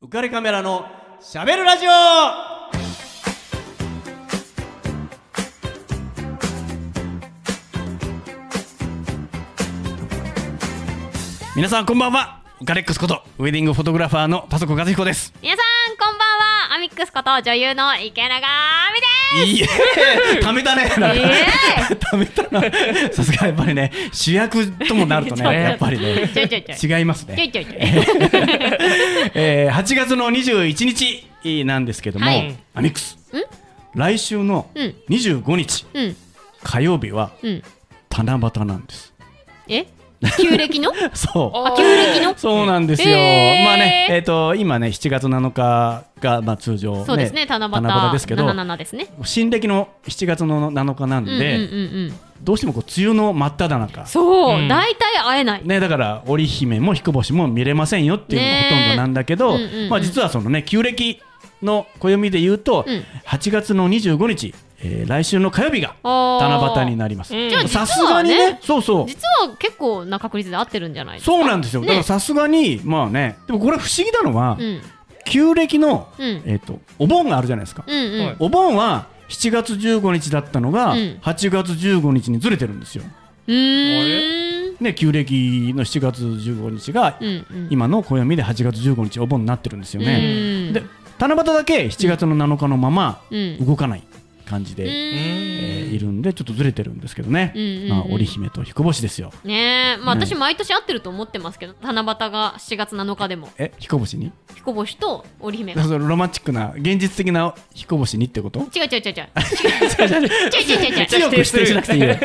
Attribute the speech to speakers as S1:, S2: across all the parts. S1: 浮かれカメラのしゃべるラジオ皆さんこんばんは浮かれックスことウェディングフォトグラファーのパソコ和彦です
S2: 皆さんこんばんはアミックスこと女優の池永亜美
S1: いいえためたね
S2: え
S1: ためたなさすがやっぱりね主役ともなるとね
S2: ちょっと
S1: やっぱりね
S2: ちょいちょいち
S1: 違いますね
S2: ですちょいちょいちょい
S1: えー、8月の21日なんですけども、
S2: はい
S1: アミックス来週の
S2: うん
S1: 25日、
S2: うん
S1: 火曜日は
S2: うん
S1: 七夕なんです
S2: え旧暦の
S1: そう
S2: あ旧暦の
S1: そうなんですよ、
S2: えー
S1: まあねえっ、と今ね7月7日がまあ通常、ね、
S2: そうですね七夕
S1: 七夕ですけど
S2: 77ですね
S1: 新暦の7月の7日なん
S2: う
S1: で、
S2: んうんうんうん
S1: どうしてもこう梅雨の真っ只中
S2: そう、
S3: うん
S2: 大体会えない、
S1: ね、だから織姫も彦星も見れませんよっていうのが
S2: ね
S1: ほとんどなんだけど、
S2: うんうんうん
S1: まあ、実はそのね旧暦の暦で言うと、
S2: うん
S1: 8月の25日、えー来週の火曜日が
S2: おー
S1: 七夕になります
S3: うんじゃあ
S2: 実は
S1: さ
S2: ね
S1: すがにねそうそう
S2: 実は結構な確率で合ってるんじゃないですか
S1: そうなんですよ、
S2: ね
S1: だからさすがにまあねでもこれ不思議なのは、
S2: うん
S1: 旧暦の、
S2: うん
S1: えー、とお盆があるじゃないですか、
S2: うんうん、
S3: はい
S1: お盆は7月15日だったのが、
S2: うん
S1: 8月15日にずれてるんですよ
S2: うーん
S1: ね旧暦の7月15日が
S2: うんうん
S1: 今の暦で8月15日お盆になってるんですよね。
S2: うん
S1: で七夕だけ7月の7日のまま
S2: うん
S1: 動かない感じで、
S2: う
S1: え
S2: ん
S1: ーいるんでちょっとずれてるんですけどね、
S2: うんうんうん
S1: まあ、織姫と彦星ですよ。
S2: ねえまあ
S1: ね
S2: 私毎年合ってると思ってますけど七夕が7月7日でも
S1: え彦星に
S2: 彦星と織姫が
S1: そのロマンチックな現実的な彦星にってこと
S2: 違う違う違う違う違う違う違う違う違う違う違う違う違
S1: 強く指定しなくていいよ。
S2: う違う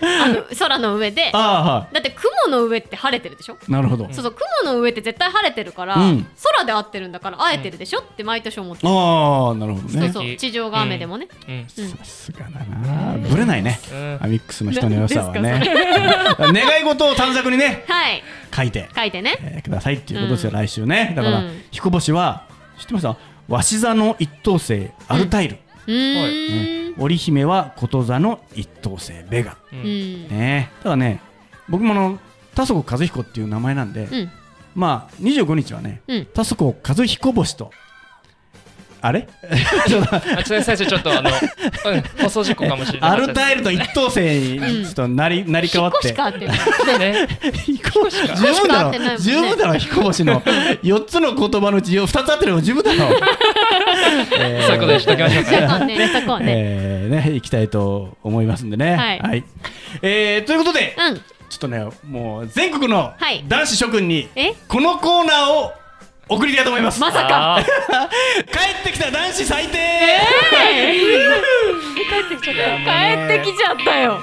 S2: あの空の上でだ
S1: ああは
S2: って雲の上って晴れてるでしょ
S1: いなるほど。
S2: そうそう雲の上って絶対晴れてるから、
S1: うん
S2: 空で合ってるんだから会えてるでしょって毎年思ってる、
S1: ああなるほど
S2: そう
S1: ね。
S2: そう
S3: ね
S2: 地上が雨でもね、
S3: うん
S2: うん
S1: さすがだなぶれないね、
S3: うん
S1: アミックスの人の良さはね 願い事を短冊にね
S2: はい
S1: 書いて
S2: 書いてね
S1: えーくださいっていうことですよ、
S2: うん
S1: 来週ねだから、
S2: うん
S1: 彦星は知ってました鷲座の一等星アルタイル、
S2: うーん、
S1: 織姫は琴座の一等星ベガ、
S2: う
S3: う
S2: んん
S1: ねただね僕もあの田底和彦っていう名前なんで、
S2: うん
S1: まあ25日はね
S2: うん
S1: 田底和彦星とあれちょっと
S3: あちょっと最初ちょっとあのうん放送事故かもしれない
S1: アルタイルと一等星にちょっとなり,、なり変わって
S2: 彦しか合ってない
S3: ね
S1: 彦星
S3: 彦
S1: 十分だ
S2: 彦しか合ってない
S1: ろ
S2: もんね
S1: 十分だろ彦星の4つの言葉のうち2つ合ってるの十分だ ろえー
S3: そういうことにしときましょう
S2: そこ
S3: か
S2: はねそこはね、
S1: えーね、行きたいと思いますんでね。
S2: はい
S1: えーということで、
S2: うん
S1: ちょっとね、もう全国の
S2: はい
S1: 男子諸君に、
S2: え
S1: このコーナーを送りたいと思います。
S2: まさか
S3: あー
S1: 帰ってきた男子最低、
S2: 帰ってきちゃったよ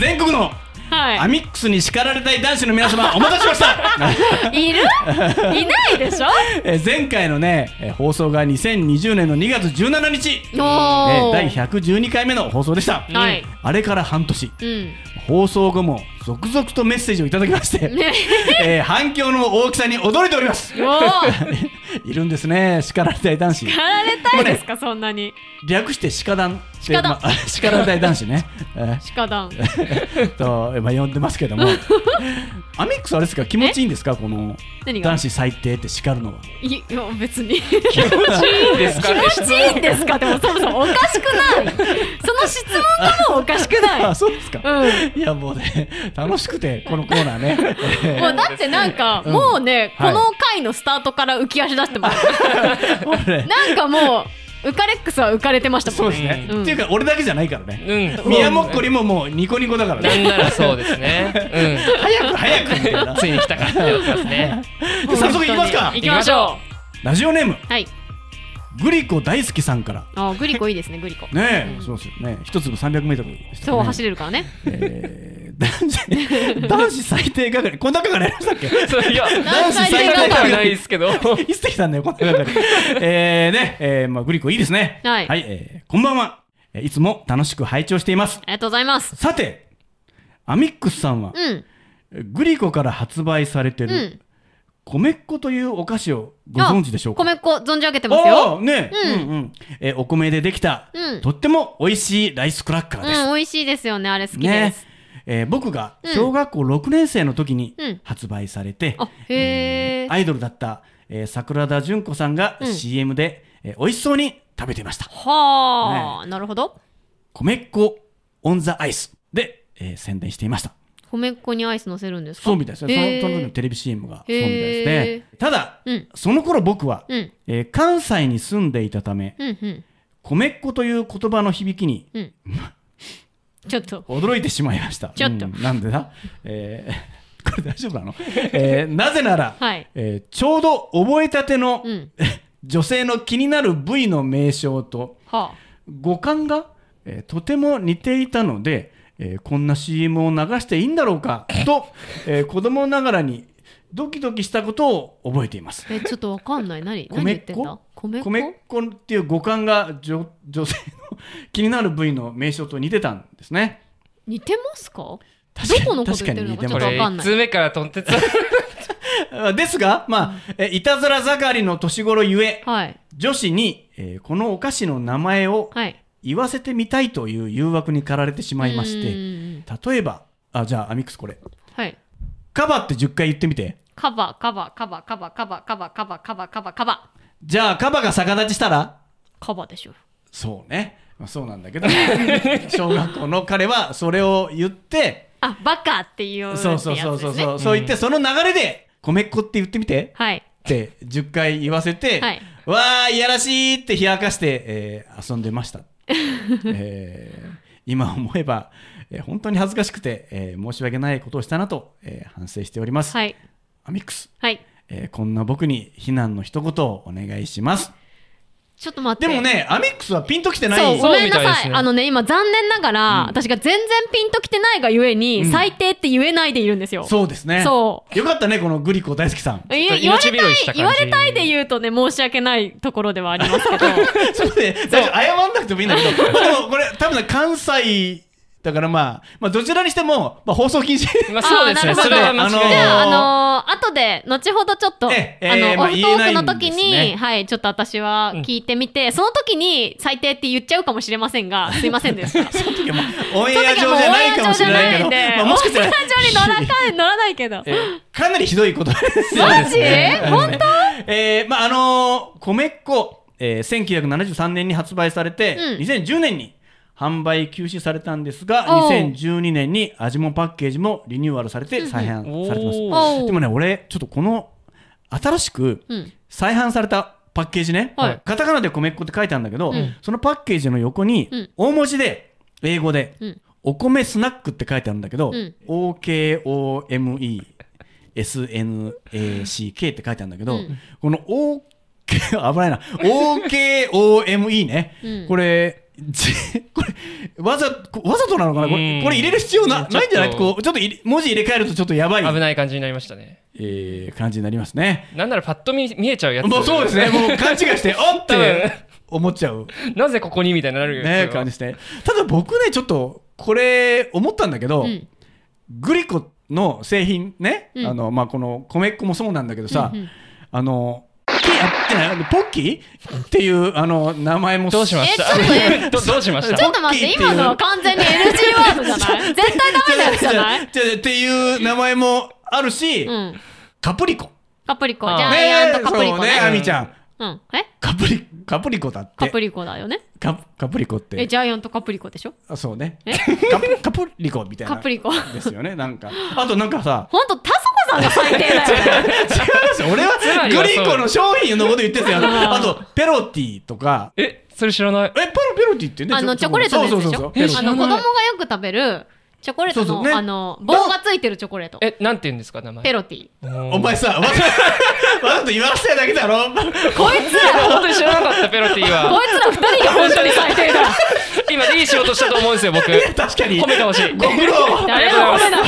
S1: 全国のア
S2: は
S1: ミックスに叱られたい男子の皆 様、お待たせしました。
S2: いいるいないでしょ
S1: えー前回のね、えー放送が2020年の2月17日、え
S2: お
S1: ー
S2: ー
S1: 第112回目の放送でした。
S2: はい
S1: あれから半年、
S2: うん
S1: 放送後も続々とメッセージをいただきまして、
S2: ね
S1: えー反響の大きさに驚いており ます
S2: おー
S1: いるんですね叱られたい男子
S2: やられたいですか、そんなに
S1: 略して叱団って
S2: 鹿団
S1: まあ 叱られたい男子ね、え
S2: 鹿団
S1: ー、と、まあ、呼んでますけどもアミックスあれですか気持ちいいんですかこの
S2: 何が
S1: 男子最低って叱るのはい
S2: いや別に
S3: 気持ちいいですか ね
S2: 気持ちいいんですかでもそもそもおかしくないその質問がもうおかしくない
S1: あそうですか、
S2: う
S1: いやもうね楽しくてこのコーナーね、え
S2: もうだってなんか、
S1: うん
S2: もうね、
S1: はい
S2: この回のスタートから浮き足出してます
S1: ー これね
S2: なんかもう浮かレックスは浮かれてました
S1: そ
S2: も
S1: うんで
S2: ね
S1: すね、
S2: うん
S1: っていうか俺だけじゃないからね、
S3: うん
S1: 宮もっこりももうニコニコだから
S3: な
S1: ね
S3: んならそうですね
S1: 早く早くみたい
S3: うん
S1: な
S3: ついに来たかってやつですね
S1: じゃあ早速いきますか
S2: 行きましょ
S1: ラジオネーム
S2: うはい
S1: グリコ大好きさんから
S2: あグリコいいですねグリコ
S1: ねえ、
S2: うん
S1: そうですよね一粒 300m でした、ね、
S2: そう走れるからね
S1: えー、男子男子最低係この中からやりましたっけ
S3: そういや
S2: 何回で
S3: そんなことは
S2: か
S3: ないですけど
S1: いつできたんだよこの中からえーね、えーまあ、グリコいいですね
S2: はい
S1: えーこんばんはえーいつも楽しく拝聴しています
S2: ありがとうございます
S1: さてアミックスさんは
S2: う、ん
S1: グリコから発売されて
S2: う
S1: る
S2: ん
S1: 米っ子というお菓子をご存知でしょうか
S2: 米粉存じ上げてますよ
S1: おーね、
S2: うん
S1: うんうんえーお米でできた、
S2: うん
S1: とっても美味しいライスクラッカーです、
S2: うん美味しいですよねあれ好きです、
S1: ね、えー僕が小学校6年生の時に
S2: うん
S1: 発売されて、
S2: あ、へえ。
S1: アイドルだった、えー桜田淳子さんが
S2: うん
S1: CM で、えー美味しそうに食べてました。
S2: はあ、なるほど。
S1: 米っ子オンザアイスで、えー宣伝していました。
S2: 米粉にアイス乗せるんですか
S1: そうみたいですね。
S2: へー
S1: そのその時のテレビ CM がそう
S2: へ
S1: み
S2: ー
S1: たいですね。ただ、
S2: うん、
S1: その頃僕は、
S2: うん、
S1: えー関西に住んでいたため、
S2: うん、うん、
S1: 米っ子という言葉の響きに
S2: うん。ちょっと。
S1: 驚いてしまいました。
S2: ちょっと
S1: うんなんでだ、えー これ大丈 夫なの、えーなぜなら、
S2: はい。
S1: えーちょうど覚えたての、
S2: うん。
S1: 女性の気になる部位の名称と
S2: は
S1: 五感が、えーとても似ていたので、えーこんな CM を流していいんだろうか と、えー子供ながらにドキドキしたことを覚えています
S2: あ。。え、ちょっとわかんない。何何
S1: 米
S2: 言っ
S1: って子
S2: んだ米粉
S1: 米っ子っていう五感が女女性の 気になる部位の名称と似てたんですね。
S2: 似てますか
S1: 確かに
S2: どこのこと言ってるのか
S1: 確か
S2: ちょ
S1: に
S2: っと
S3: こ
S2: わ
S3: れ
S2: かん
S3: 1
S2: ない。
S3: 通目からとんてつ
S1: あですが、まあ、えーいたずら盛りの年頃ゆえ、
S2: はい。
S1: 女子に、えーこのお菓子の名前を
S2: はい。
S1: 言わせてみたいという誘惑に駆られてしまいまして、
S2: て。
S1: 例えば、あ、じゃあ、アミックスこれ。
S2: はい。
S1: カバって10回言ってみて。
S2: カバ、カバ、カバ、カバ、カバ、カバ、カバ、カバ、カバ、カバ。
S1: じゃあ、カバが逆立ちしたら
S2: カバでしょ。
S1: そうね。まあ、そうなんだけど、 小学校の彼はそれを言って、
S2: あ、バカっていうやつです
S1: そ
S2: ね。
S1: うそうそうそう、そうそう言って、その流れで、米っ子って言ってみて
S2: はい。
S1: って10回言わせて、
S2: はい
S1: わー、いやらしいって冷やかして、えー遊んでま した。えー今思えば、えー本当に恥ずかしくて、えー申し訳ないことをしたなと、えー反省しております。
S2: はい。
S1: アミックス。
S2: はい。
S1: えーこんな僕に非難の一言をお願いします。
S2: ちょっと待って。
S1: でもね、アミックスはピンときてな
S2: そ、。
S1: いう
S2: ごめん
S3: そうみた
S2: ない
S3: で
S2: さ
S3: す
S2: い。
S3: ね
S2: あのね、今残念ながら、私が全然ピンときてないがゆえに、
S1: うん
S2: 最低って言えないでいるんですよ。
S1: そうですね。
S2: そ。
S1: よかったね、このグリコ大好きさん
S2: 言
S3: ちょっ
S2: え
S3: と
S2: 言われた
S3: 命拾いした
S2: い、
S3: 感じ
S2: 言われたいで言うとね、申し訳ないところではありま すけど。
S1: そうで、大丈夫謝んなくてもいいんだけ ど、でもこれ多分ね、関西だからまあ、まあどちらにしても、まあ放送禁止。
S3: まあそうです
S2: あーなる
S3: ね
S2: ほど
S3: それは間違いない
S1: あのー
S2: じゃあ、あのー後で、後ほどちょっと、
S1: ええええ
S2: あの、
S1: ま
S2: オ
S1: あ
S2: フトークの
S1: 言え
S2: 時
S1: ないん
S2: に、
S1: ですね
S2: はい、ちょっと私は聞いてみて、その時に最低って言っちゃうかもしれませ んが、すいませんでした。
S1: その時はま あ、オンエア上じゃないかもしれないけ
S2: オ
S1: ど、
S2: ンエア上じ ゃないんで
S1: まあもしかしたら
S2: オンエア上に乗らかん乗らないけど。
S1: えーかなりひどいことですよ
S2: マジ本
S1: 当えーまああのー米っ子、えー1973年に発売されて、
S2: うん
S1: 2010年に販売休止されたんですが
S2: おう
S1: 2012年に味もパッケージもリニューアルされて再販されてます、
S3: お
S2: おう
S1: でもね俺ちょっとこの新しく
S2: うん。
S1: 再販されたパッケージね、
S2: はい
S1: カタカナで米っ子って書いてあるんだけど、
S2: うん
S1: そのパッケージの横に
S2: うん
S1: 大文字で英語で、
S2: うん
S1: お米スナックって書いてあるんだけど、
S2: うん
S1: OKOME SNACK って書いてあるんだけど、
S2: うん
S1: この OK 危ないな OKOME ね、
S2: うん
S1: これじこれわざわざとなのかなこ
S3: う
S1: れ
S3: ん
S1: これ入れる必要なないんじゃない
S3: ちょっと
S1: こうちょっと入れ文字入れ替えるとちょっとやばい、
S3: 危ない感じになりましたね
S1: えー感じになりますね。
S3: なんならパッと見見えちゃうやつ
S1: もうそうですね、もう 勘違いして、おっ
S3: 多分
S1: て思っちゃう、
S3: なぜここにみたいになる
S1: ね、感じですね。ただ僕ね、ちょっとこれ、思ったんだけど、
S2: うん。
S1: グリコの製品ね、
S2: うん
S1: あのまあ、この米粉もそうなんだけどさ、
S2: うんうん
S1: あの、キあってないあのポッキーっていうあの名前も
S3: どうしました
S2: えちょっとね
S3: どどうしまし
S2: ち
S3: た
S2: ょっと待って、
S1: ポッキーっていう
S2: 今のは完全に NG ワードじゃな い絶対ダメなやつじゃない
S1: じゃじゃっていう名前もあるし、
S2: うん。
S1: カプリコ。
S2: カプリコ。
S3: あー
S2: ジャ
S1: ね
S2: イアントカプリ
S1: そ
S2: コ
S1: うね、
S2: ね。
S1: アミちゃん。
S2: うん。え
S1: カプリ、カプリコだって。
S2: カプリコだよね。
S1: カプカプリコっ
S2: え、
S1: て。
S2: ジャイアントカプリコでしょ
S1: あそうね
S2: え。
S1: カプカプリコみたいな。
S2: カプリコ。
S1: ですよね、なんか。あとなんか さ、
S2: ほんと、田底さんが最低だ よね。
S1: 違いますよ俺
S3: つま
S1: は
S3: りは
S1: グ
S3: そう
S1: リコの商品のこと言ってたよ。
S2: あー
S1: あと、ペロティとか、え、
S3: えそれ知らない
S1: パロペロティってね、
S2: あの、チョコレートのやつで
S1: そう
S2: し
S1: そうそう
S2: ょ
S1: ペロティ
S2: あの、
S3: 知
S2: 子供
S3: ら
S2: が
S3: ない
S2: よく食べる、チョコレート
S1: そうそう
S2: の、
S1: ね
S2: あの、棒がついてるチョコレート。
S3: えなんて言うんですか名前
S2: ペロティ。
S1: お前さ、わざわざ と言わせたいだけだろ。
S2: こいつら、
S3: 本当に知らなかったペロティ
S2: こ
S3: はい
S2: つら二人が本当に最低だ。
S3: 今いい仕事したと思うんですよ僕褒
S1: 確かに。
S3: めてほしい
S1: ご苦労。
S2: 誰も褒めない。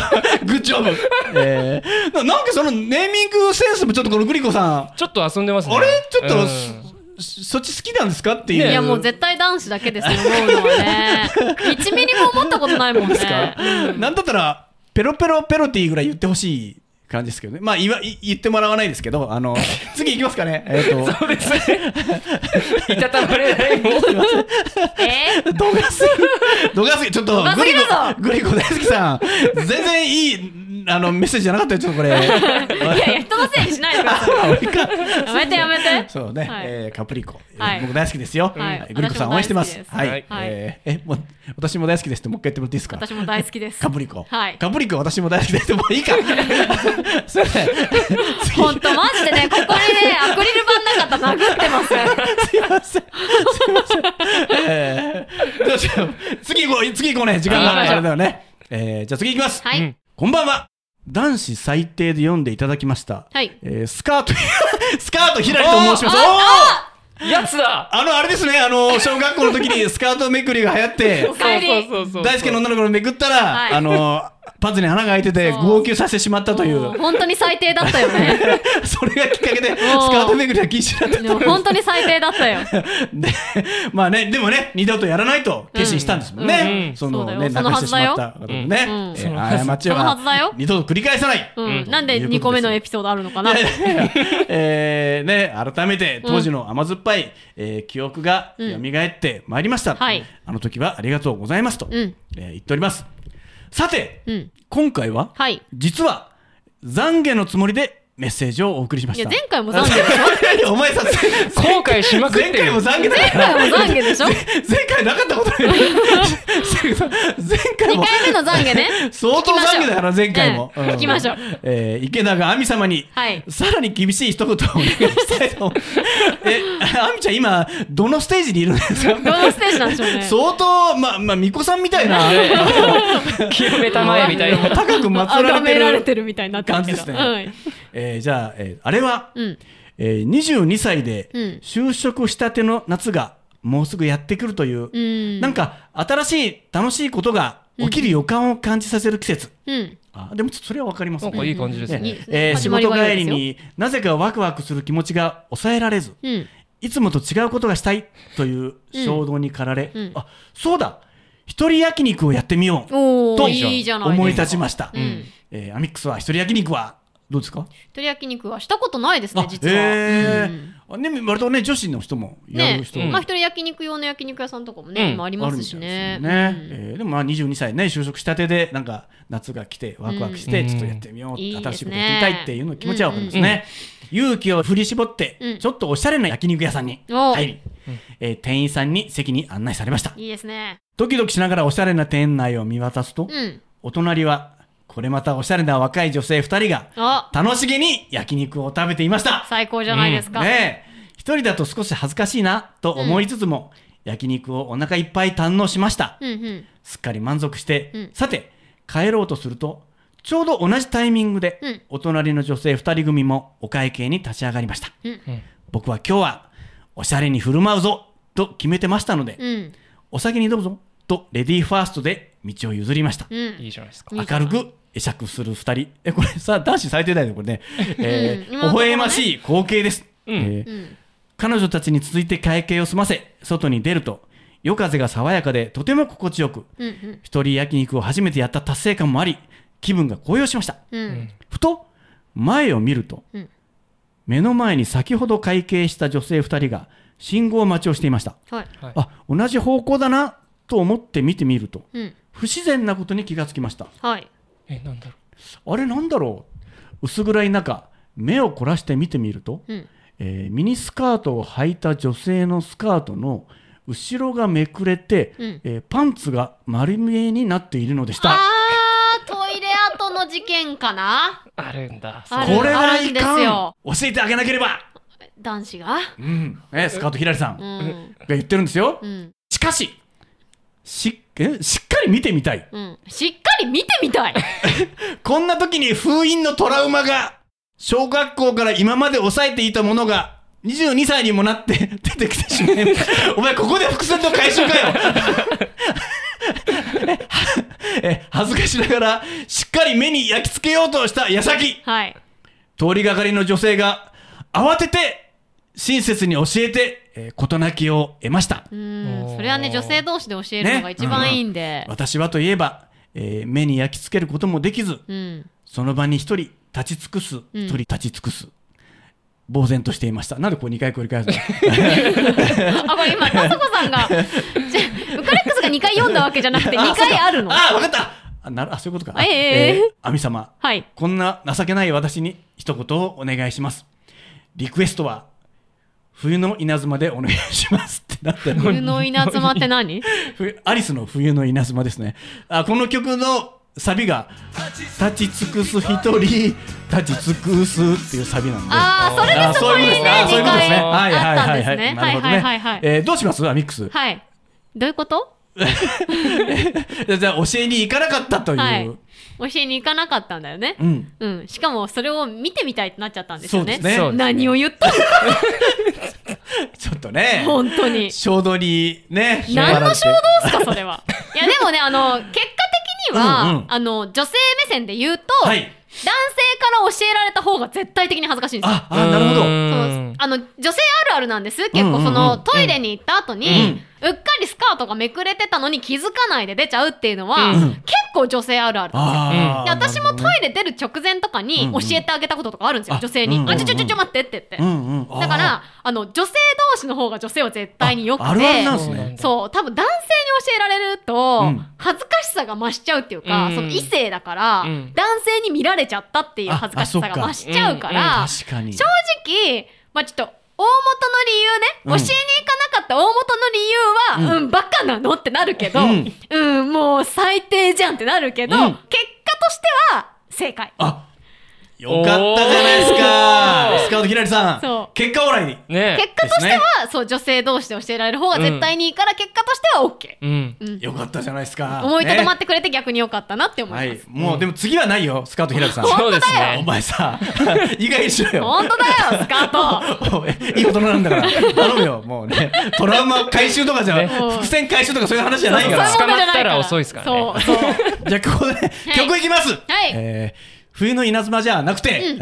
S1: グッジョブ。えーななんかそのネーミングセンスもちょっとこのグリコさん、
S3: ちょっと遊んでますね
S1: あれちょっ
S3: うん
S1: とそ、そっち好きなんですかっていう。
S2: いやもう絶対男子だけですよ、思うのはね。1ミリも思ったことないもん
S1: ですか
S2: ね。うん
S1: なんだったら、ペロペロペロティぐらい言ってほしい感じですけどね。まあ、言わい言ってもらわないですけど、あ の、次行きますかね。えっ、と、
S3: そうですね。 いたたまれないもん。
S2: えー、
S1: 度がすぎ、度がすぎ、ちょっと
S2: 度が
S1: グ
S2: 過
S1: リ
S2: ぎるぞ
S1: コ、グリコ大好きさん、全然いい、あの、メッセージじゃなかったよ、ちょっとこれ。
S2: いや いや人のせいにしないでくださ
S1: あ俺か
S2: いやめてやめて
S1: そうね、
S2: はい
S1: えーカプリコ、
S2: はい
S1: 僕大好きですよ、
S2: はい
S1: グリコさん応援してます
S2: 私も大好きです
S1: はい、
S3: はい
S1: えーえもう私も大好きですってもう一回言ってもらっていいですか
S2: 私も大好きです
S1: カプリコ、
S2: はい
S1: カプリコ私も大好きですってもういい かすいません次
S2: 本当マジでねここにねアクリル板なかったら殴ってま す
S1: すいませんすいません、えー、どうしよう次行こう次行こうね時間が
S3: はい
S1: あれだよね、えー、じゃあ次行きます、
S2: は
S3: う
S2: い
S3: ん
S1: こんばんは男子最低で読んでいただきました、
S2: はい
S1: えー、スカート スカートひらりと申しますおー
S3: やつだ
S1: あの、あれですね、あの、小学校の時にスカートめくりが流行 って、
S2: 帰り
S3: そうそうそうそう
S1: 大輔の女の子のめくったら、
S2: はい
S1: あの、パンツに穴が開いてて、
S2: そう
S1: 号泣させてしまったとい
S2: もう
S1: う、
S2: 本当に最低だったよね
S1: それがきっかけで、スカートめくりは禁止になった
S2: でも本当に最低だったよ
S1: で、まあね、でもね、二度とやらないと決心したんですもんね。
S3: うん
S1: その
S2: そうだ
S1: ね、
S2: よそ
S1: 泣
S2: の
S1: か
S2: は
S1: して
S2: ず
S1: し
S2: だ
S1: ま
S2: よ
S1: ったことね、
S2: うん
S1: えー過ち
S2: そのはずだ
S1: は
S2: よ
S1: 二度と繰り返さない。
S2: うん、
S3: うん
S2: なんで2個目のエピソードあるのかな。
S1: いやいやいや えーね、改めて当時の甘酸っぱい、えー記憶が蘇ってまいりました、
S2: はい
S1: あの時はありがとうございますと、
S2: うん
S1: えー言っておりますさて、
S2: うん。
S1: 今回は、
S2: はい。
S1: 実は懺悔のつもりでメッセージをお送りしま
S2: い
S1: し
S2: や、
S1: た
S2: 前回も懺悔でし ょ
S1: いやお 前さ
S3: 後悔しまくっ
S1: 前
S3: て
S1: 回
S3: る
S1: も。懺悔だ
S2: 前
S1: から
S2: 回も懺悔 でしょ ?2
S1: 前回なかったことない 前回も
S2: 回目の懺悔ね。
S1: 相当懺悔だから前回も、
S2: うん聞きましょう
S1: えー池永亜美様に、
S2: はい
S1: さらに厳しい一言をお願いしたいと 思いますえ亜美ちゃん今どのステージにいるんですか
S2: どのステージなんでしょうね。
S1: 相当まあまあ巫女さんみたいな
S3: 清めたまえみたいな。
S1: 高く
S2: あ
S1: 祀られて
S2: がめ
S1: る
S2: られてるみたいになってるけど。
S1: 感じですね
S2: はい。
S1: えーじゃあ、えーあれは、
S2: うん。
S1: えー22歳で
S2: うん
S1: 就職したての夏がもうすぐやってくるという、
S2: うん。
S1: なんか新しい楽しいことが起きる予感を感じさせる季節、
S2: うん。
S1: あでもちょっとそれは分かります
S3: な
S1: ね
S3: んかいい感じです
S1: ね
S3: ね。
S1: えー仕
S2: 始まり
S1: 事
S2: は
S1: 帰
S2: 良
S1: り
S2: いですよ
S1: になぜかワクワクする気持ちが抑えられず
S2: うん。
S1: いつもと違うことがしたいという衝動に駆られ、
S2: うんうん
S1: あそうだ一人焼肉をやってみよう
S2: お
S1: と
S2: ー、いいじゃないですか。
S1: 思い立ちました、
S2: うん。
S1: えーアミックスは一人焼肉はどうですか
S2: 鳥焼肉はしたことないですね、実は。
S1: え
S2: う
S1: ーあ
S2: ん
S1: ね割とね女子の人もや
S2: ね
S1: る人
S3: うん
S1: も
S2: まあ一人焼肉用の焼肉屋さんとかも
S3: うん
S2: ね、今ありますし
S1: あ
S2: ね。
S1: るみたいですよねえーでもまあ22歳ね就職したてでなんか夏が来てワクワクして
S3: うん
S1: ちょっとやってみよう、
S2: うんいいですね
S1: 新しいことやってみたいっていうの気持ちはわかりますね、勇気を振り絞って、
S2: うん
S1: ちょっとおしゃれな焼肉屋さんに
S2: お
S1: 入り、えー店員さんに席に案内されました
S2: うんいいですね。
S1: ドキドキしながらおしゃれな店内を見渡すと、
S2: うん。
S1: お隣はこれまたおしゃれな若い女性2人が
S2: あ、
S1: 楽しげに焼肉を食べていました
S2: 最高じゃないですか。
S1: ねえ一人だと少し恥ずかしいなと思いつつも、焼肉をお腹いっぱい堪能しました、
S2: うんうん。
S1: すっかり満足して、
S2: うん
S1: さて帰ろうとするとちょうど同じタイミングで、
S2: うん
S1: お隣の女性2人組もお会計に立ち上がりました、
S2: うん
S3: うん
S1: 僕は今日はおしゃれに振る舞うぞと決めてましたので、
S2: うん。
S1: お先にどうぞとレディーファーストで道を譲りました、
S2: うん。
S3: いいじゃないですか。
S2: いいじ
S1: 明
S2: ゃな
S1: る
S2: い
S1: く会釈する2人えこれさ男子最低だよねこれね、えー
S2: うん今のところね
S1: 微笑ましい光景です、
S3: うん
S1: えー
S2: うん。
S1: 彼女たちに続いて会計を済ませ外に出ると夜風が爽やかでとても心地よく
S2: うんうん。
S1: 一人焼肉を初めてやった達成感もあり気分が高揚しました
S2: うん。
S1: ふと前を見ると、
S2: うん
S1: 目の前に先ほど会計した女性2人が信号待ちをしていました
S2: はい。
S3: はい
S1: あ同じ方向だなと思って見てみると
S2: うん。
S1: 不自然なことに気がつきました
S2: はい。
S3: え、なんだろ
S1: あれなんだろう薄暗い中目を凝らして見てみると、
S2: うん。
S1: えーミニスカートを履いた女性のスカートの後ろがめくれて、
S2: うん
S1: えーパンツが丸見えになっているのでした
S2: あー、トイレ跡の事件かな
S3: う。あるんだ。
S2: ある
S1: これはいか
S2: あるんです
S1: ん
S2: よ
S1: 教えてあげなければ、
S2: 男子が
S1: うんね、スカートひらりさん
S2: う
S1: が
S2: ん。
S1: 言ってるんですよ、
S2: うん。
S1: しかししえしっかり見てみたい
S2: うん。しっかり見てみ たい
S1: こんな時に封印のトラウマが小学校から今まで抑えていたものが22歳にもなって 出てきてしまいま したお前ここで伏線の回収かよえ恥ずかしながらしっかり目に焼き付けようとした矢先
S2: はい。
S1: 通りがかりの女性が慌てて親切に教えて、えー事なきを得ました
S2: うん
S3: お。ー
S2: それはね、女性同士で教えるのが一番いいんで。
S1: 私はといえば、えー目に焼き付けることもできず
S2: うん。
S1: その場に一人立ち尽くす、
S2: ん
S1: 取り立ち尽くす。呆然としていました。なんでこう2回繰り返すの
S2: あ、これ今、田坂さ んが、じゃウカレックスが2回読んだわけじゃなくて、2回あるの。
S1: あ、わかったあなるあ、そういうことか。
S2: ええ
S1: ー神様、
S2: はい。
S1: こんな情けない私に一言をお願いします。リクエストは、冬の稲妻でお願いしますってなってる
S2: 冬の稲妻って何
S1: ふアリスの冬の稲妻ですねあこの曲のサビが「立ち尽くす一人立ち尽くす」っていうサビなんであ
S2: ああ、それでそこにね、
S1: あそういう
S2: 2
S1: ことですね
S2: 回
S1: はいはい
S2: あったん
S1: はい
S2: です
S1: はい
S2: ね。
S1: な
S2: は
S1: る
S2: い
S1: ほど
S2: はいはいは
S1: ね
S2: い。
S1: えーどうしますアミックス
S2: はい。どういうこと
S1: じゃあ教えに行かなかったという、
S2: はい。教えに行かなかったんだよね
S1: う。ん
S2: うん。しかも、それを見てみたいってなっちゃったんです
S1: そう
S2: よ
S1: で
S2: ね
S1: す。ね
S3: そう
S2: 何を言った
S1: ちょっとね
S2: の本当に。
S1: 衝動にね
S2: 何の衝動
S1: 引っ
S2: っすか、そ れは。いや、でもね、あの、結果的に
S1: うんう
S2: は
S1: ん、
S2: あの、女性目線で言うと、
S1: 張ら
S2: 男
S1: れてはい
S2: 性から教えられた方が絶対的に恥ずかしいんですよ。
S1: ああなるほど
S2: そう
S3: うん
S2: あの女性あるあるなんです
S1: う
S2: 結
S1: んうんう
S2: 構
S1: ん
S2: その、トイレに行った後に、うっかりスカートがめくれてたのに気づかないで出ちゃうっていうのは、
S1: うん
S2: 結構女性あるあるなんですよ
S1: あー
S2: で私もト
S1: なる
S2: イレ出る直前とか
S1: う
S2: に
S1: んう
S2: 教
S1: ん
S2: えてあげたこととかあるんですよ、
S1: あ
S2: 女性に、
S1: うんうんうん
S2: あちょちょちょちょ待ってって言って、
S1: ほどねうんうん
S2: だか
S1: あ
S2: らあの女性同士の方が女性は絶対によくて
S1: ああるあるなんです
S3: そうなん
S1: ね
S3: だ
S2: そう多分男性に教えられると、
S1: うん
S2: 恥ずかしさが増しちゃうっていうか、
S3: うん
S2: その異性だから、
S3: うん
S2: 男性に見られちゃったっていう恥ずかしさ
S1: あ
S2: が
S1: あそっか
S2: 増しちゃうから、
S3: うんうん
S1: 確かに
S2: 正直、まあ、ちょっと大元の理由ね、
S1: うん
S2: 教えに行かなかった大元の理由は、
S1: う
S2: うん、バカなのってなるけど、
S1: う
S2: うんん、もう最低じゃんってなるけど、
S1: うん
S2: 結果としては正解。
S1: あよかったじゃないですか
S3: おー
S1: スカウトひらりさん
S2: そう
S1: 結果オーライに
S3: ね
S2: 結果としては、そう、女性同士で教えられる方が絶対にいいから、結果としては OK。
S3: うん
S2: うん。
S1: よかったじゃないですか
S2: 思いとど
S1: ね
S2: まってくれて逆に良かったなって思
S1: はい
S2: ま
S1: い
S2: す。、
S1: もう、でも次はないよ、スカートひらくさん。
S3: そうです
S1: お
S3: ね
S1: 前さ、意外にしろよ。
S2: 本当だよ、スカート
S1: おいいい大人なんだから、頼むよ、もうね、トラウマ回収とかじゃ、
S3: ね
S1: 伏線回収とかそういう話じゃない
S2: そう
S1: か
S2: いう
S1: ら。
S2: 問題じゃない
S3: 捕まっ
S2: か
S3: たら遅いですからね
S2: そう、そう。
S1: じゃあ、ここで、曲いきます。
S2: い
S1: えー冬の稲妻じゃなくて、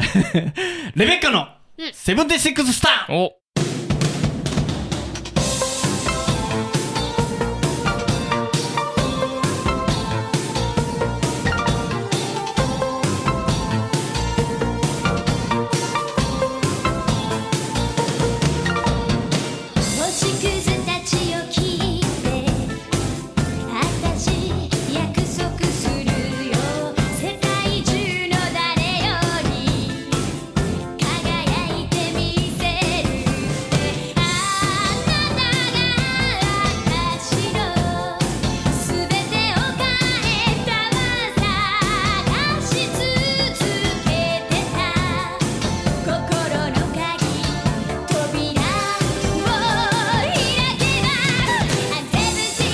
S1: レベッカの、
S2: うん
S1: セブンティシックススター。
S3: お
S4: 星屑たちを聞いてあたし約束するよ世界中の誰より輝いてみせるあなたが私のすべてを変えたわ探し続けてた心の鍵扉を開けなさい76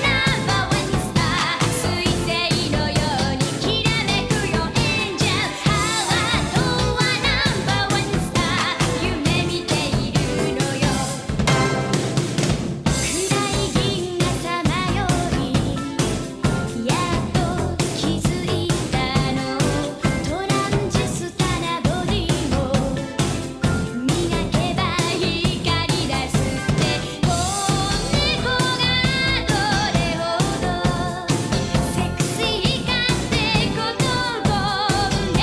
S4: number one star 水星のようにきらめくよエンジェルハートは number one star 夢見ているのよ暗い銀河さまよりやっと気づいたのトランジスタなボディを磨けば光り出すって子猫がどれほどセクシーかってことを今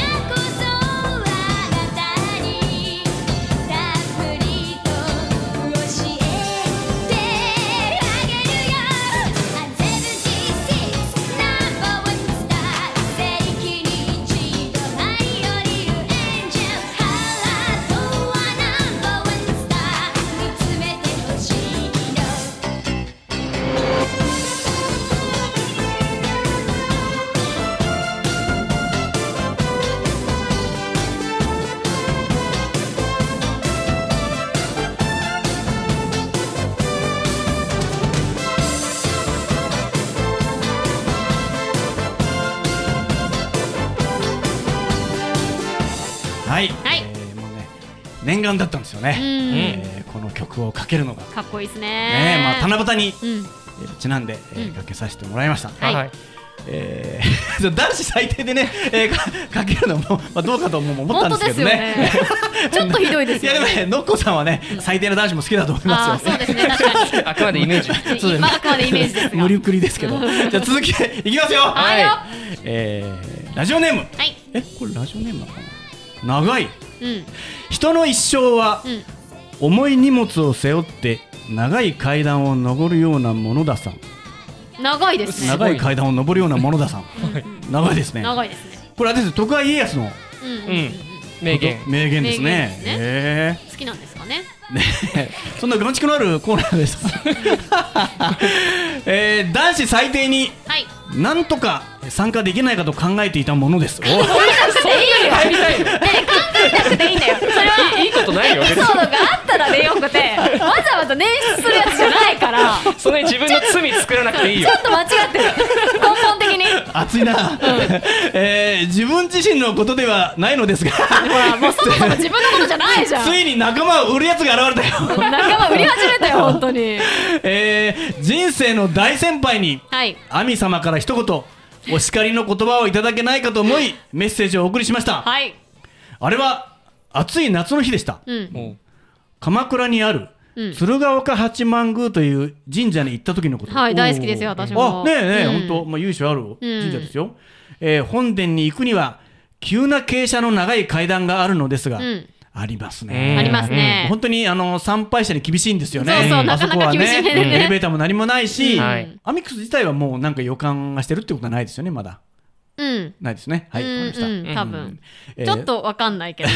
S4: こそあなたにたっぷりと教えてあげるよ76 number one star 世紀に一度舞い降りるエンジェルハートは number one star 見つめてほしいの
S1: はい、
S2: はい
S1: えーもうね、念願だったんですよね。
S2: うん。
S1: えーこの曲をかけるのが、ね
S2: かっこいいですね。
S1: まあ、七夕に、
S2: うん。
S1: えーちなんで、えー
S2: うん
S1: かけさせてもらいました。
S2: はい
S3: はい
S1: えー 男子最低でね、えーか かけるのも、まあ、どうかとも思ったん
S2: 本
S1: で
S2: 当
S1: すけど
S2: ですよ
S1: ね。
S2: ね。ちょっとひどいです
S1: いや
S2: よ
S1: でも
S2: ね。
S1: ね、のっこさんはね、最低な男子も好きだと思い
S2: ああ
S1: ま
S2: ー、
S1: すよ
S2: そう。ですね、確かに。
S3: あく までイメージ
S1: そうだよね
S2: 今あくまでイメージですが。
S1: 無理くりですけど。じゃあ続きいきますよ。
S2: はいよ
S1: えーラジオネーム、
S2: はい。
S1: ええこれラジオネームなのかな長い
S2: うん
S1: 人の一生は
S2: うん
S1: 重い荷物を背負って長い階段を上るようなものださん
S2: 長いですね
S1: 長い階段を上るようなものだ さん長いですね
S2: 長いですね
S1: これあれです徳川家康の
S2: うんうんうん
S3: う
S2: うんん
S3: 名言
S1: 名言です
S2: 名言
S1: ね
S2: ですね
S1: へ
S2: 好きなんですかね
S1: えねえそんなグロチクのあるコーナーです えー男子最低に
S2: はい
S1: なんとか参加できないかと考えていたもの ですお
S2: そんなに
S3: 入りたいの
S2: なくていいんだよそれはい
S3: いいことないよ
S2: エピ
S3: 別
S2: ソ
S3: に
S2: ードがあったらでよくてわざわざ捻出するやつじゃないからちょっ
S3: そんなに自分の罪作らなくていいよ
S2: と間違ってる根本的に
S1: 熱いな、えー自分自身のことではないのですが
S2: ほらもうそもそも自分のことじゃないじゃん
S1: ついに仲間を売るやつが現れたよ、
S2: 仲間売り始 めたよ本当に
S1: えー人生の大先輩に
S2: はい
S1: 亜美様から一言お叱りの言葉をいただけないかと思いメッセージをお送りしました、
S2: はい
S1: あれは暑い夏の日でした
S2: うん
S3: も
S1: 鎌倉にある
S2: うん
S1: 鶴岡八幡宮という神社に行った時のこと、
S2: はい大好きですよ
S3: おー
S2: 私
S1: あ
S2: も
S1: ねえねえ、
S2: うん
S1: 本当、まあ、由緒ある神社ですよ、えー本殿に行くには急な傾斜の長い階段があるのですが、
S2: うん
S1: あります
S3: うん
S1: ね
S2: ありますね
S1: 本当にあの参拝者に厳しいんですよね
S2: そうそう
S1: あ
S2: なかなか厳し
S1: そ
S2: いね
S1: こはエレベーターも何もないし、
S3: う
S2: うん
S3: はい
S1: アミックス自体はもうなんか予感がしてるってことはないですよねまだ
S2: うん
S1: ないですねは
S2: う
S1: いわかり
S2: ん
S1: ました、
S2: うん多分
S1: えー
S2: ちょっとわかんないけ ど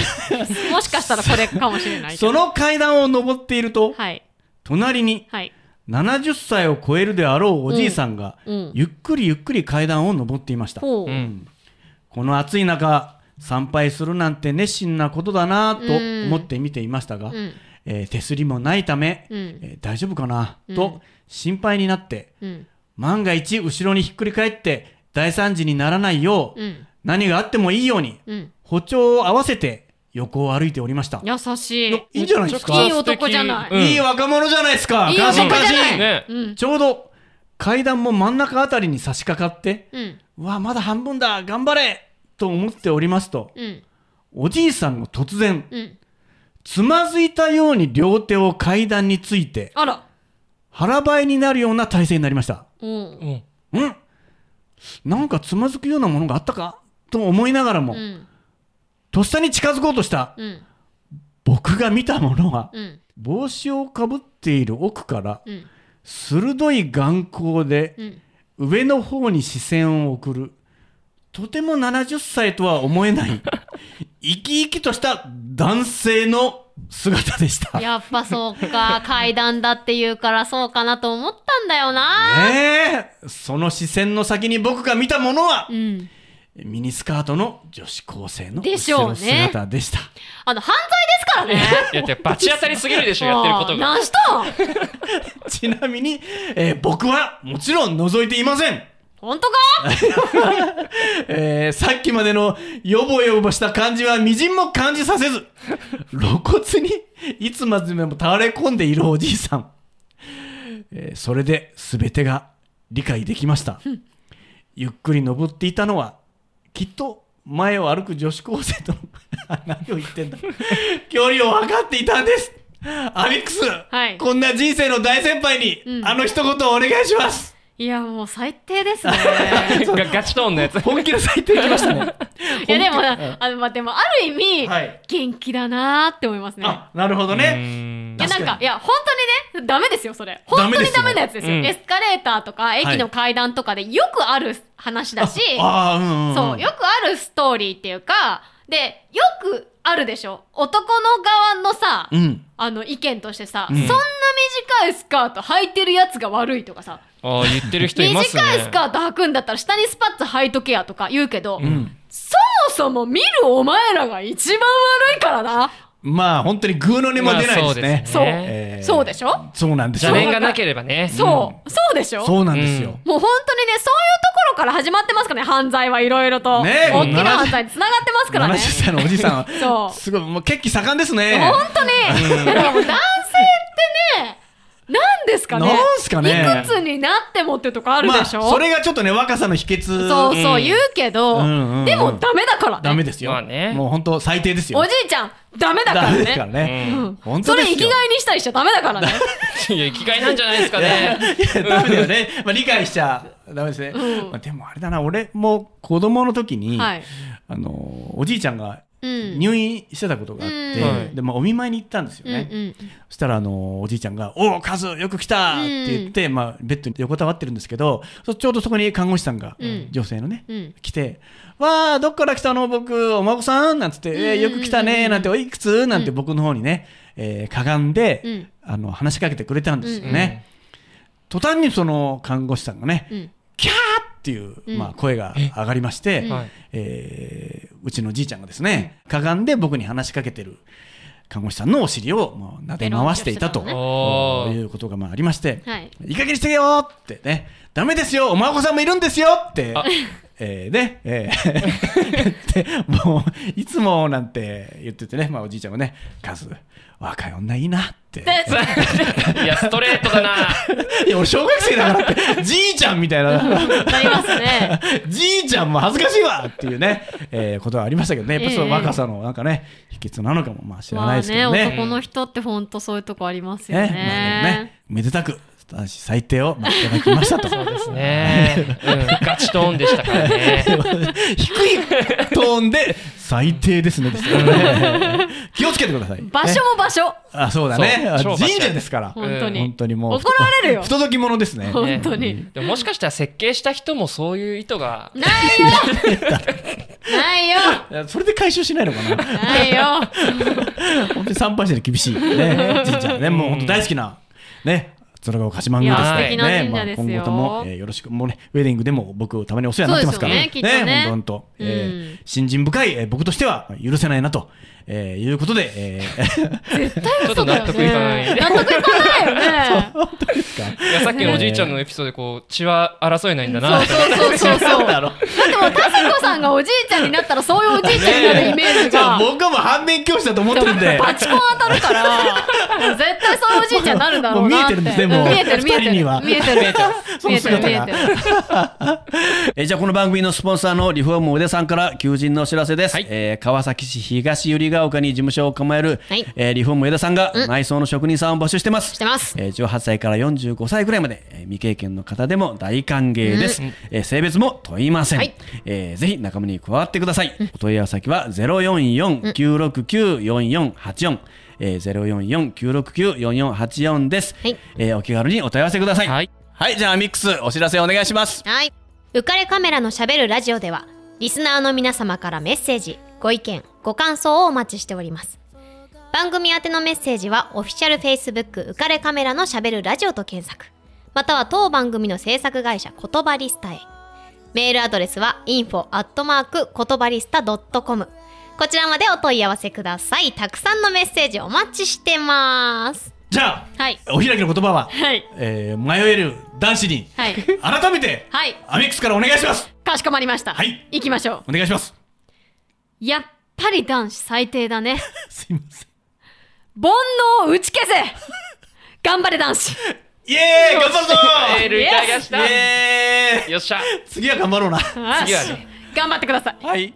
S2: もしかしたらこれかもしれないけ
S1: そ
S2: ど
S1: の階段を上っていると、
S2: はい
S1: 隣に
S2: はい
S1: 70歳を超えるであろうおじいさんが、
S2: うん
S1: ゆっくりゆっくり階段を上っていました、
S2: ほう
S3: うう
S2: うん
S3: ん
S1: この暑い中参拝するなんて熱心なことだなと
S2: うん
S1: 思って見ていましたが、えー手すりもないため、
S2: うん
S1: えー大丈夫かな、
S2: うん
S1: と心配になって
S2: うん
S1: 万が一後ろにひっくり返って大惨事にならないよう、
S2: うん
S1: 何があってもいいように
S2: うん
S1: 歩調を合わせて横を歩いておりました、
S2: 優しい
S1: いいんじゃないですか
S2: いい男じゃない
S3: うん
S1: いい若者じゃないですか
S2: いい男じ
S1: 感
S2: ゃ
S1: 心
S2: な
S1: 感
S2: い
S1: 心
S3: ね
S2: うん
S1: ちょうど階段も真ん中あたりに差し掛かって
S2: うん
S1: うわまだ半分だ頑張れと思っておりますと
S2: うん
S1: おじいさんが突然
S2: うん
S1: つまずいたように両手を階段について
S2: あら
S1: 腹ばいになるような体勢になりました
S2: うん
S3: うん
S1: んなんかつまずくようなものがあったかと思いながらも、
S2: うん
S1: とっさに近づこうとした
S2: うん
S1: 僕が見たものは
S2: うん
S1: 帽子をかぶっている奥から
S2: うん
S1: 鋭い眼光で
S2: うん
S1: 上の方に視線を送るとても70歳とは思えない生き生きとした男性の姿でした。ね
S2: やっぱそ うか階段だって言うからそうかなと思ったんだよな、
S1: えその視線の先に僕が見たものは
S2: うん
S1: ミニスカートの女子高生の
S2: でしょう
S1: 後
S2: ね
S1: ろ姿でした。
S2: あの犯罪ですからね
S3: いやでバチ当たりすぎるでしょやってることが
S2: あーなんしたん
S1: ちなみに、えー僕はもちろん覗いていません。
S2: 本当か
S1: えーさっきまでのよぼよぼした感じはみじんも感じさせず露骨にいつまでも倒れ込んでいるおじいさん、えーそれで全てが理解できましたゆっくり登っていたのはきっと前を歩く女子高生との 何を言ってんだ距離を測っていたんですアミックス、
S2: はい
S1: こんな人生の大先輩に、
S2: うん
S1: あの一言をお願いします
S2: いやもう最低で すね
S3: ガガチトーンのやつ
S1: 本気で咲いていきましたね
S2: いやでも
S1: 本気
S2: なあのまあでもある意味、
S1: はい
S2: 元気だなーって思いますね
S1: あなるほどね、
S3: ね
S2: いやなん
S1: 確か
S2: か
S1: に
S2: いや本当にねダメですよそれ
S1: ダ
S2: 本
S1: メ
S2: 当
S1: で
S2: に
S1: すよ
S2: ダメなやつですよ
S3: うん
S2: エスカレーターとか駅の階段とかでよくある話だし、
S1: ああ、うん、うんん。
S2: そう、よくあるストーリーっていうか、で、よくあるでしょ男の側のさ、
S1: うん。
S2: あの意見としてさ、
S1: うん
S2: そんな短いスカート履いてるやつが悪いとかさ、
S3: ああ言ってる人い
S2: 短
S3: ま
S2: い
S3: すね
S2: スカート履くんだったら下にスパッツ履いとけやとか言うけど、
S1: うん。
S2: そもそも見るお前らが一番悪いからな。
S1: まあ、本当にグーの音も出ないです
S3: まあ
S1: ね。
S2: そう、
S1: えー
S2: そうでしょ
S1: そうなんですよ
S3: 邪。念がなければね
S2: そう、そうでしょ
S1: そうなんですよ。
S2: もう本当にね、そういうところから始まってますからね、犯罪はいろいろと。
S1: ねえ
S2: 大きな犯罪に繋がってますから
S1: 70
S2: ね。
S1: 歳のおじさんは、
S2: そう。
S1: すごい、もう血気盛んですね。
S2: 本当に、いやでも男性ってね、なんですかね。
S1: なんすかね
S2: いくつになってもってとこある
S1: まあ、
S2: でしょ、
S1: それがちょっとね、若さの秘訣。
S2: そうそう
S3: うん
S2: 言うけど、
S1: うんうんうん
S2: でもダメだからね。
S1: ダメですよ。
S3: まあね
S1: もう本当最低ですよ。
S2: おじいちゃん、ダメだから
S1: ダメ
S2: ね。
S1: ですからね。
S3: うん
S1: 本
S2: そ
S1: 当で
S2: れ
S1: す
S2: 生
S1: よ。
S2: きがいにしたりしちゃダメだからね。
S3: いや生きがいなんじゃないですかね
S1: いやダメだよね。まあ、理解しちゃダメですね。
S2: うん
S1: まあ、でもあれだな、俺も子供の時に、
S2: はい。
S1: あのおじいちゃんが
S2: うん。
S1: 入院してたことがあっ
S2: うん
S3: う
S1: て
S3: ん
S1: で、まあ、お見舞いに行ったんですよ
S2: うん
S1: ね、
S2: うん
S1: そしたらあのおじいちゃんが「おおカズよく来た!」って言って、まあ、ベッドに横たわってるんですけどそちょうどそこに看護師さんが、
S2: うん
S1: 女性のね
S2: うん。
S1: 来て「わあどっから来たの僕お孫さん」なんつって「えーよく来たね」なんて「おいくつ?」なんて僕の方にね、えーかがんで、
S2: うん
S1: あの話しかけてくれたんですよね。途端にその看護師さんがね「
S2: うん。
S1: キャー!」っていう、
S2: うん
S1: まあ、声が上がりまして、
S2: うん
S3: はい。
S1: えーうちのじいちゃんがですね、かがんで僕に話しかけてる看護師さんのお尻をもう撫で回していたと、
S2: ベロン
S3: おー
S1: いうことがまあありまして、
S2: はい。
S1: いい加減にしてよってね、ダメですよ、お孫さんもいるんですよって
S3: あ、
S1: えーね、えーってもういつもなんて言っててね、まあ、おじいちゃんもね、カズ、若い女いいなって。
S3: いや、ストレートだな。
S1: いや、俺、小学生だからって、じいちゃんみたいな、
S2: なりますね。
S1: じいちゃんも恥ずかしいわっていうね、えーことはありましたけどね、やっぱりそ
S2: え
S1: の
S2: え
S1: 若さのなんかね、秘訣なのかも、まあ知ら
S2: ま
S1: な
S2: あ
S1: いですけ
S2: ね、
S1: どね。
S2: 男の人って本当そういうとこあります
S1: ねま
S2: よ
S1: あでもね
S2: ね。
S1: めでたく、男子最低をまあいただきましたと。
S3: そうですね。うん、ガチトーンでしたからね。
S1: 低いトーンで最低ですねですよね 気をつけてください
S2: 場所
S1: ね
S2: も場所。
S1: あそうだね
S3: そう
S1: 神
S3: 超場所
S1: 社ですから
S2: 本当に。
S1: 本当にもう
S2: 怒られるよ
S1: 不届き者です ね
S2: ほん本当に
S3: でももしかしたら設計した人もそういう意図が。
S2: ないよないよ
S1: いやそれで回収しないのかな
S2: ないよ
S1: 本当に参拝者に厳しい ね神社ねもう本当大好きなね鶴岡鹿島宮です
S3: い
S1: ね
S3: や
S2: 素敵な
S1: ね
S2: 神
S1: ま
S2: 社
S1: あ
S2: ですよ
S1: 今後ともえーよろしくもうねウェディングでも僕たまにお世話になってますから
S2: そうですよねきっとね
S1: 本当本当え
S2: うん
S1: ー信心深いえー僕としては許せないなとえーいうことでえー
S3: ちょっと納得いかない。
S2: 納得いかないよね
S1: 本当ですか
S3: いやさっきのおじいちゃんのエピソードでこう血は争えないんだなって
S2: そうそうそうそう
S1: だろ
S2: だってもうタセコさんがおじいちゃんになったらそういうおじいちゃんになるイメージ
S1: じゃ
S2: が
S1: あ僕はもう反面教師だと思ってるんで。
S2: パチコン当たるから絶対そういうおじいちゃんになるだろうなって
S1: もう見えてるんですねもう
S2: 見えてる見え
S1: 二人には
S2: てる見えてる
S1: そ
S2: 見
S1: の
S2: えてる
S1: 姿
S2: 見え
S1: が
S2: てる
S5: えーじゃあこの番組のスポンサーのリフォームおでさんから求人のお知らせです、
S3: はい
S5: えー川崎市東百合ヶ丘に事務所を構える、
S2: はい
S5: えーリフォームおでさんが内装の職人さんを募集してます
S2: してます
S5: えー18歳から45歳ぐらいまで、えー未経験の方でも大歓迎です、えー性別も問いません、
S2: はい
S5: えーぜひ仲間に加わってください、お問い合わせ先は044-969-4484、えー、044-969-4484です、
S2: はい
S5: えーお気軽にお問い合わせください
S3: はい
S5: はい、じゃあミックスお知らせお願いします
S2: はい。浮かれカメラのしゃべるラジオでは、リスナーの皆様からメッセージ、ご意見、ご感想をお待ちしております。番組宛てのメッセージは、オフィシャル Facebook 浮かれカメラのしゃべるラジオと検索、または当番組の制作会社言葉リスタへ。メールアドレスは info アットマーク言葉リスタ .com こちらまでお問い合わせください。たくさんのメッセージお待ちしてます。
S1: じゃあ、
S2: はい。
S1: お開きの言葉は、
S2: はい。
S1: えー迷える男子に、
S2: はい。
S1: 改めて、
S2: はい。
S1: アミックスからお願いします。
S2: かしこまりました。
S1: はい。
S2: 行きましょう。
S1: お願いします。
S2: やっぱり男子最低だね。
S1: すいません。
S2: 煩悩を打ち消せ頑張れ男子
S1: イエーイ頑張
S3: エ
S1: るぞ
S3: ールいただきまし
S1: イ
S3: た。
S1: エーイ
S3: よっしゃ。
S1: 次は頑張ろうな。
S3: 次はね
S2: 頑張ってください
S1: はい。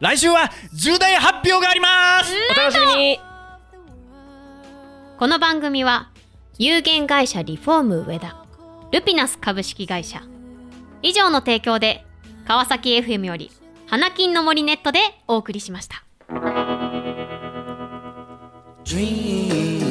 S1: 来週は重大発表があります
S3: お楽しみに。
S2: この番組は有限会社リフォーム上田ルピナス株式会社以上の提供で川崎 FM より花金の森ネットでお送りしました
S6: Dream